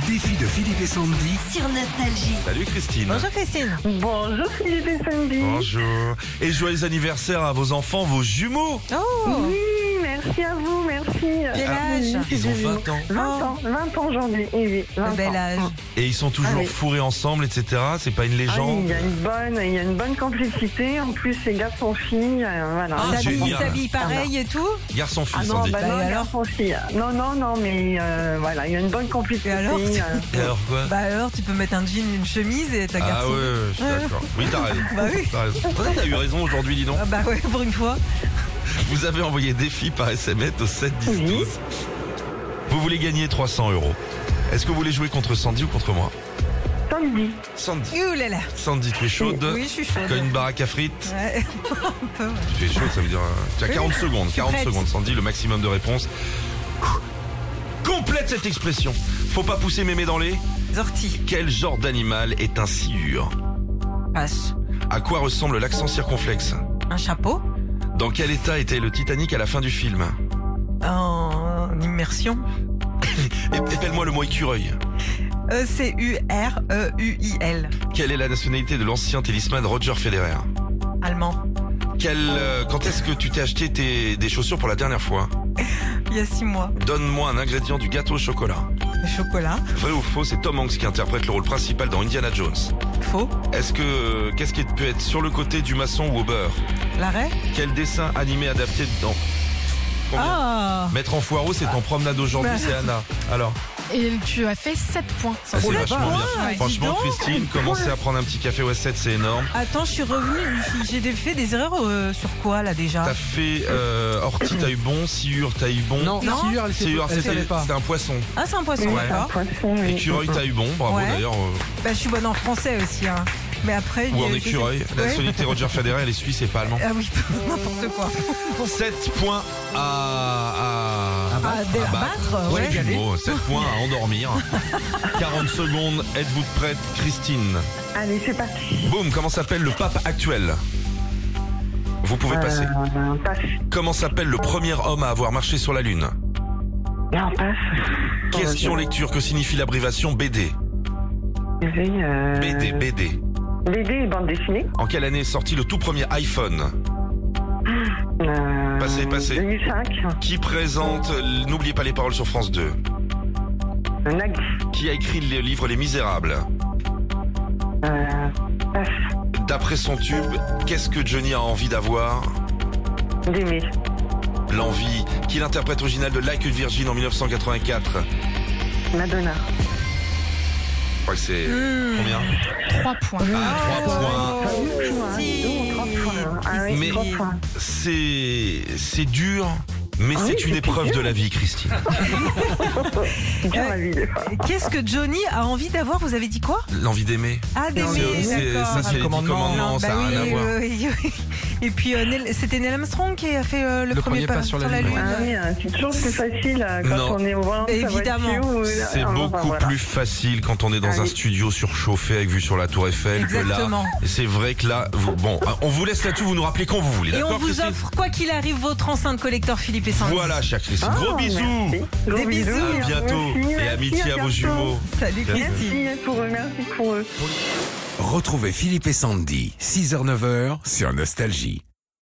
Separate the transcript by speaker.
Speaker 1: Philippe et Sandy.
Speaker 2: sur Nostalgie.
Speaker 3: Salut Christine.
Speaker 4: Bonjour Christine.
Speaker 5: Bonjour Philippe et Sandy.
Speaker 3: Bonjour. Et joyeux anniversaire à vos enfants, vos jumeaux.
Speaker 4: Oh
Speaker 5: Oui, merci à vous, merci. Ah,
Speaker 4: Quel âge
Speaker 3: Ils ont 20 ans.
Speaker 5: 20 ans, 20 ans aujourd'hui. Eh oui, 20
Speaker 4: Le bel
Speaker 5: ans.
Speaker 4: âge.
Speaker 3: Et ils sont toujours
Speaker 5: Ah oui.
Speaker 3: fourrés ensemble, etc. C'est pas une
Speaker 5: Ah oui, il
Speaker 3: légende.
Speaker 5: y a une bonne, il y a une bonne complicité. En plus, les garçons-filles, euh, voilà.
Speaker 3: Ah,
Speaker 4: Ils s'habillent- Ils
Speaker 3: génial. Ah,
Speaker 4: s'habillent pareil et tout
Speaker 3: Garçon fils,
Speaker 5: Ah non,
Speaker 3: Sandy.
Speaker 5: bah
Speaker 4: Bah,
Speaker 5: non,
Speaker 4: et alors
Speaker 5: garçons-filles. Non, non, non, mais euh, voilà, il y a une bonne complicité.
Speaker 4: Et alors
Speaker 5: euh,
Speaker 3: Et alors quoi
Speaker 4: Bah alors tu peux mettre un jean, une chemise et ta
Speaker 3: Ah
Speaker 4: garçon.
Speaker 3: ouais, ouais, je suis d'accord. Oui, t'as raison.
Speaker 4: Bah oui.
Speaker 3: T'as raison. Ouais, T'as eu raison aujourd'hui, dis donc.
Speaker 4: Ah bah ouais, pour une fois.
Speaker 3: Vous avez envoyé des filles par SMS au 7 10
Speaker 5: Oui.
Speaker 3: 12. Vous voulez gagner 300 euros. Est-ce que vous voulez jouer contre Sandy ou contre moi
Speaker 5: Sandy.
Speaker 3: Sandy.
Speaker 4: Ouh là là.
Speaker 3: Sandy, tu es chaude
Speaker 4: Oui, je suis chaude.
Speaker 3: T'as une baraque à frites
Speaker 4: Ouais. Un peu, ouais.
Speaker 3: Tu es chaude, ça veut dire. euh, Tu as
Speaker 4: Oui,
Speaker 3: 40 secondes. 40
Speaker 4: prête.
Speaker 3: secondes, Sandy, le maximum de réponses. Complète cette expression. Faut pas pousser mémé dans les.
Speaker 4: Zorti.
Speaker 3: Quel genre d'animal est un sciure
Speaker 4: Passe.
Speaker 3: À quoi ressemble l'accent circonflexe
Speaker 4: Un chapeau.
Speaker 3: Dans quel état était le Titanic à la fin du film
Speaker 4: En immersion.
Speaker 3: Épelle-moi le mot écureuil.
Speaker 4: E E-C-U-R-E-U-I-L.
Speaker 3: Quelle est la nationalité de l'ancien tennisman Roger Federer
Speaker 4: Allemand.
Speaker 3: Quel, euh, Quand est-ce que tu t'es acheté tes, des chaussures pour la dernière fois
Speaker 4: Il y a six mois.
Speaker 3: Donne-moi un ingrédient du gâteau au chocolat.
Speaker 4: Le chocolat.
Speaker 3: Vrai ou faux, c'est Tom Hanks qui interprète le rôle principal dans Indiana Jones.
Speaker 4: Faux.
Speaker 3: Est-ce que euh, qu'est-ce qui peut être sur le côté du maçon ou au beurre
Speaker 4: L'arrêt.
Speaker 3: Quel dessin animé adapté dedans Combien
Speaker 4: Ah
Speaker 3: Maître en foireau, c'est en promenade aujourd'hui,
Speaker 4: Bah.
Speaker 3: c'est Anna. Alors,
Speaker 6: Et tu as fait 7 points.
Speaker 3: ça, c'est
Speaker 4: Oh, la
Speaker 3: vachement
Speaker 4: vache.
Speaker 3: bien.
Speaker 4: Ouais,
Speaker 3: Franchement,
Speaker 4: Bah, dis donc.
Speaker 3: Christine, commencer à prendre un petit café au S7, c'est énorme.
Speaker 4: Attends, je suis revenue. J'ai fait des erreurs euh, sur quoi là déjà
Speaker 3: T'as fait euh, ortie, t'as eu bon, sciure, t'as eu bon.
Speaker 7: Non,
Speaker 4: Non.
Speaker 7: non. elle s'est-
Speaker 3: Sciure,
Speaker 7: elle
Speaker 3: c'était
Speaker 7: savait pas.
Speaker 3: c'était un poisson.
Speaker 4: Ah, c'est un poisson,
Speaker 3: Ouais.
Speaker 4: d'accord.
Speaker 5: Poisson, oui.
Speaker 3: Écureuil, t'as eu bon, bravo
Speaker 4: Ouais.
Speaker 3: d'ailleurs. euh,
Speaker 4: Bah, je suis bonne en français aussi, hein. Mais après. il
Speaker 3: ou
Speaker 4: y a-
Speaker 3: en
Speaker 4: je-
Speaker 3: écureuil. La
Speaker 4: Ouais.
Speaker 3: nationalité Roger Federer, elle est suisse et pas allemande.
Speaker 4: Ah oui, n'importe quoi.
Speaker 3: 7 points à. à...
Speaker 4: Ah, des- à battre,
Speaker 3: Ouais,
Speaker 4: ouais.
Speaker 3: j'ai le mot, 7 Oh, points à endormir. 40 secondes, êtes-vous prête, Christine
Speaker 5: Allez, c'est parti.
Speaker 3: Boum, comment s'appelle le pape actuel Vous pouvez passer.
Speaker 5: Euh, passe.
Speaker 3: Comment s'appelle le premier homme à avoir marché sur la Lune
Speaker 5: Non, passe.
Speaker 3: Question
Speaker 5: Euh,
Speaker 3: lecture, que signifie l'abréviation BD
Speaker 5: euh,
Speaker 3: BD, BD.
Speaker 5: BD, bande dessinée.
Speaker 3: En quelle année est sorti le tout premier iPhone
Speaker 5: Euh,
Speaker 3: Passez, passez.
Speaker 5: 2005.
Speaker 3: Qui présente l- N'oubliez pas les paroles sur France 2
Speaker 5: Nag.
Speaker 3: Qui a écrit le livre Les Misérables
Speaker 5: Euh, passe.
Speaker 3: D'après son tube, qu'est-ce que Johnny a envie d'avoir
Speaker 5: Démé.
Speaker 3: L'envie, qui l'interprète originale de Like a Virgin en 1984.
Speaker 5: Madonna.
Speaker 4: Ah
Speaker 3: Je crois que c'est. Combien
Speaker 6: 3 points.
Speaker 3: Ah, 3 points.
Speaker 5: Ah oui, oui, hein, dis donc, 30 points. Ah oui,
Speaker 3: Mais-
Speaker 5: 30 points.
Speaker 3: C'est. C'est dur, mais
Speaker 5: oui,
Speaker 3: c'est une
Speaker 5: c'est
Speaker 3: épreuve de la vie, Christine.
Speaker 5: C'est dur la vie des fois.
Speaker 4: Qu'est-ce que Johnny a envie d'avoir Vous avez dit quoi
Speaker 3: L'envie d'aimer.
Speaker 4: Ah, des
Speaker 3: C'est- c'est- Ça, c'est les dix
Speaker 7: Commandement.
Speaker 3: commandements, ça
Speaker 4: bah
Speaker 3: n'a
Speaker 4: oui,
Speaker 3: rien à
Speaker 4: oui,
Speaker 3: voir.
Speaker 4: oui, oui, oui. Et puis, euh, Neil- c'était Neil Armstrong qui a fait euh, le,
Speaker 7: Le premier pas sur la Lune,
Speaker 5: Ah oui, hein, c'est toujours plus facile euh, quand
Speaker 3: Non.
Speaker 5: on est au volant de sa
Speaker 4: Évidemment.
Speaker 5: voiture ou-
Speaker 3: C'est
Speaker 5: Ah, bon, bah,
Speaker 3: beaucoup
Speaker 5: voilà.
Speaker 3: plus facile quand on est dans
Speaker 5: Ah
Speaker 3: un
Speaker 5: oui.
Speaker 3: studio surchauffé avec vue sur la Tour Eiffel
Speaker 4: Exactement.
Speaker 3: que là. C'est vrai que là, vous- bon, ah, on vous laisse là-dessus, vous nous rappelez quand vous voulez.
Speaker 4: Et on
Speaker 3: D'accord,
Speaker 4: vous
Speaker 3: Christine
Speaker 4: offre, quoi qu'il arrive, votre enceinte collecteur Philippe et Sandy.
Speaker 3: Voilà, chère Christine.
Speaker 5: Ah,
Speaker 3: Gros bisous.
Speaker 5: merci. Gros
Speaker 4: Des
Speaker 5: bisous.
Speaker 4: bisous.
Speaker 3: À bientôt
Speaker 5: Merci,
Speaker 3: et
Speaker 5: merci,
Speaker 3: amitié à vos
Speaker 5: bientôt.
Speaker 3: jumeaux.
Speaker 4: Salut Christine.
Speaker 5: Merci pour eux, merci pour eux.
Speaker 1: Retrouvez Philippe et Sandy, 6h-9h sur Nostalgie.